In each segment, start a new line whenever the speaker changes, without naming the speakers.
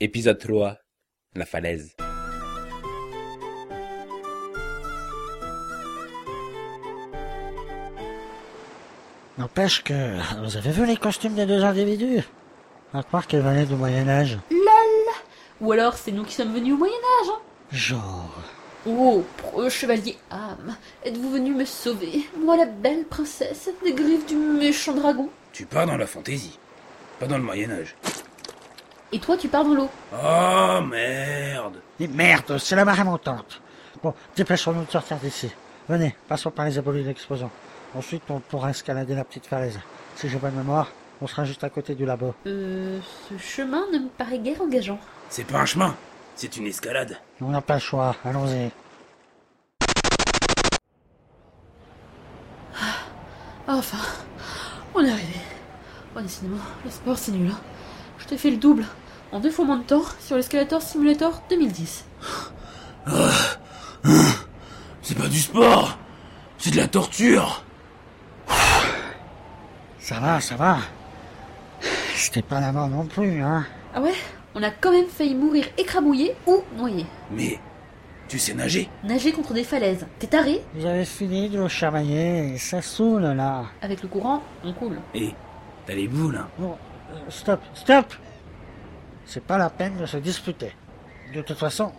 Épisode 3 La falaise.
N'empêche que vous avez vu les costumes des deux individus À croire qu'ils venaient du Moyen Âge.
Ou alors c'est nous qui sommes venus au Moyen Âge. hein.
Genre.
Oh, pro- chevalier âme, êtes-vous venu me sauver Moi la belle princesse des griffes du méchant dragon.
Tu pars dans la fantaisie, pas dans le Moyen Âge.
Et toi tu pars dans l'eau.
Oh merde
Et merde, c'est la marée montante. Bon, dépêchons-nous de sortir d'ici. Venez, passons par les abolis d'exposants. Ensuite, on pourra escalader la petite falaise. Si j'ai bonne mémoire, on sera juste à côté du labo.
Euh, ce chemin ne me paraît guère engageant.
C'est pas un chemin, c'est une escalade.
On n'a pas le choix, allons-y.
Enfin, on est arrivé. Oh décidément, le sport c'est nul. hein. Je t'ai fait le double en deux fois moins de temps sur l'escalator simulator 2010.
C'est pas du sport, c'est de la torture.
Ça va, ça va. C'était pas la mort non plus, hein.
Ah ouais On a quand même failli mourir écrabouillé ou noyé.
Mais tu sais nager
Nager contre des falaises. T'es taré
Vous avez fini de vous chamailler, ça saoule là.
Avec le courant, on coule.
Et t'as les boules, hein
Bon, euh, stop, stop C'est pas la peine de se disputer. De toute façon,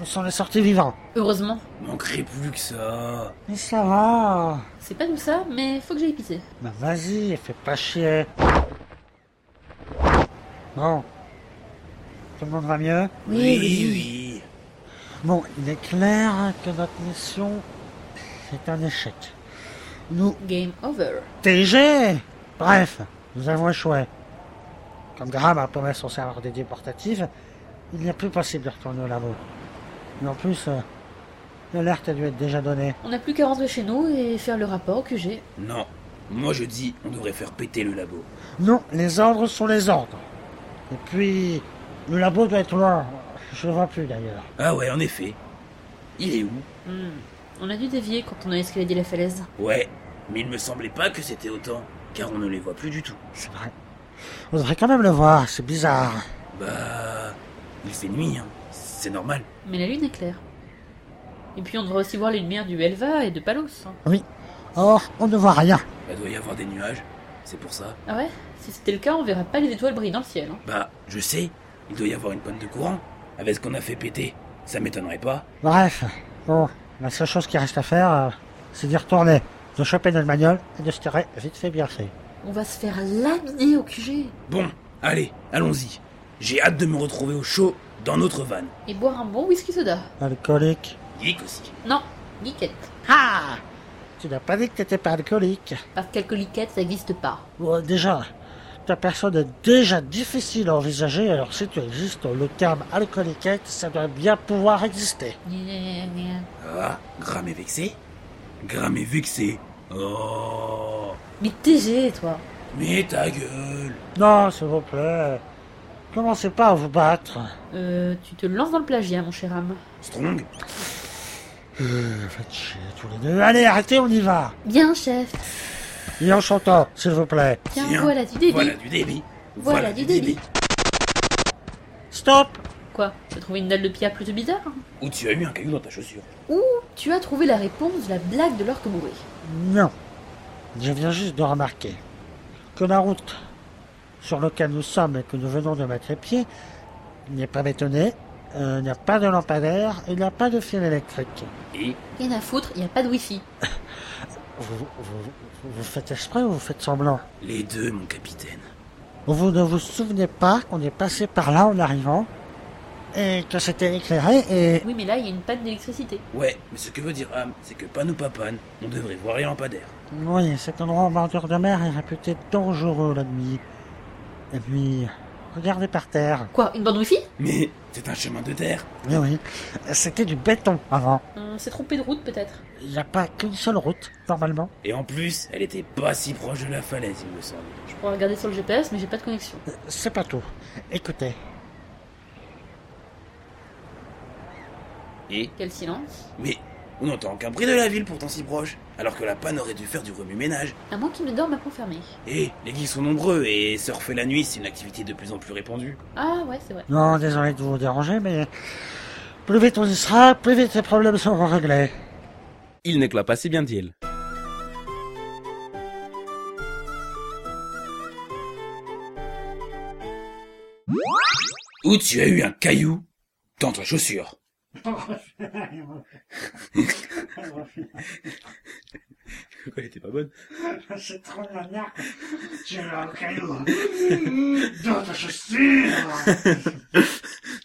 on s'en est sorti vivant.
Heureusement,
Manquerait plus que ça.
Mais ça va
C'est pas tout ça, mais faut que j'aille pisser.
Bah vas-y, fais pas chier. Bon. Tout le monde va mieux
oui.
Bon, il est clair que notre mission, c'est un échec. Nous,
Game over.
TG Bref, nous avons échoué. Comme Graham a paumé son serveur dédié portatif, il n'est plus possible de retourner au labo. Mais en plus, euh, l'alerte a dû être déjà donnée.
On n'a plus qu'à rentrer chez nous et faire le rapport que j'ai.
Non, moi je dis, on devrait faire péter le labo.
Non, les ordres sont les ordres. Et puis, le labo doit être loin. Je le vois plus d'ailleurs.
Ah ouais, en effet. Il est où
Hmm. On a dû dévier quand on a escaladé la falaise.
Ouais, mais il me semblait pas que c'était autant, car on ne les voit plus du tout.
C'est vrai. On devrait quand même le voir, c'est bizarre.
Bah, il fait nuit, hein. C'est normal.
Mais la lune est claire. Et puis on devrait aussi voir les lumières du Helva et de Palos. hein.
Oui. Or, on ne voit rien.
Il doit y avoir des nuages, c'est pour ça.
Ah ouais Si c'était le cas, on verra pas les étoiles briller dans le ciel. hein.
Bah, je sais, il doit y avoir une panne de courant. Avec ce qu'on a fait péter, ça m'étonnerait pas.
Bref, bon, la seule chose qui reste à faire, euh, c'est d'y retourner, de choper notre bagnole et de se tirer vite fait bien fait.
On va se faire laminer au QG.
Bon, allez, allons-y. J'ai hâte de me retrouver au chaud dans notre van.
Et boire un bon whisky soda.
Alcoolique.
Geek aussi.
Non, geekette.
Ah Tu n'as pas dit que t'étais pas alcoolique.
Parce qu'alcooliquette, ça n'existe pas.
Bon, déjà, ta personne est déjà difficile à envisager, alors si tu existes, le terme alcooliquette, ça doit bien pouvoir exister.
Gna, gna, gna, gna.
Ah, Gram est vexé Gram est vexé. Oh,
Mais TG, toi.
mais ta gueule.
Non, s'il vous plaît, commencez pas à vous battre.
Euh, tu te lances dans le plagiat, mon cher âme.
Strong
Euh, faites chier tous les deux. Allez, arrêtez, on y va
Bien, chef.
Et en chantant, s'il vous plaît.
Tiens,
Tiens,
voilà du débit.
Voilà du débit.
Voilà du débit.
Stop
Quoi T'as trouvé une dalle de pierre plutôt bizarre hein
Ou tu as eu un caillou dans ta chaussure.
Ou tu as trouvé la réponse de la blague de l'orque bourré.
Non. Je viens juste de remarquer que la route sur laquelle nous sommes et que nous venons de mettre les pieds n'est pas bétonnée, euh, il n'y a pas de lampadaire, il n'y a pas de fil électrique.
Et
Rien à foutre, y a pas de wifi.
Vous, vous- vous- vous faites exprès ou vous faites semblant
les deux, mon capitaine.
Vous ne vous souvenez pas qu'on est passé par là en arrivant et que c'était éclairé et...
Oui, mais là, y a une panne d'électricité.
Ouais, mais ce que veut dire Ham, c'est que panne ou pas panne, on devrait voir les lampadaires.
Oui, cet endroit en bordure de mer est réputé dangereux la nuit. Et puis, regardez par terre.
Quoi Une bande wifi
Mais c'est un chemin de terre.
Oui, oui. C'était du béton avant.
On s'est trompé de route peut-être.
Il n'y a pas qu'une seule route, normalement.
Et en plus, elle était pas si proche de la falaise, il me semble.
Je pourrais regarder sur le GPS, mais j'ai pas de connexion.
Euh, C'est pas tout. Écoutez,
Et
Quel silence
Mais On n'entend aucun bruit de la ville pourtant si proche, alors que la panne aurait dû faire du remue-ménage.
À moins qu'il ne dorme à pont fermé.
Et les guilds sont nombreux et surfer la nuit, c'est une activité de plus en plus répandue.
Ah ouais, c'est vrai.
Non, désolé de vous déranger, mais plus vite on y sera, plus vite ces problèmes seront réglés.
Il n'éclate pas si bien dit-il.
Où tu as eu un caillou dans ta chaussure Pourquoi elle était pas bonne
C'est trop maniaque. J'ai un caillou dans ta chaussure.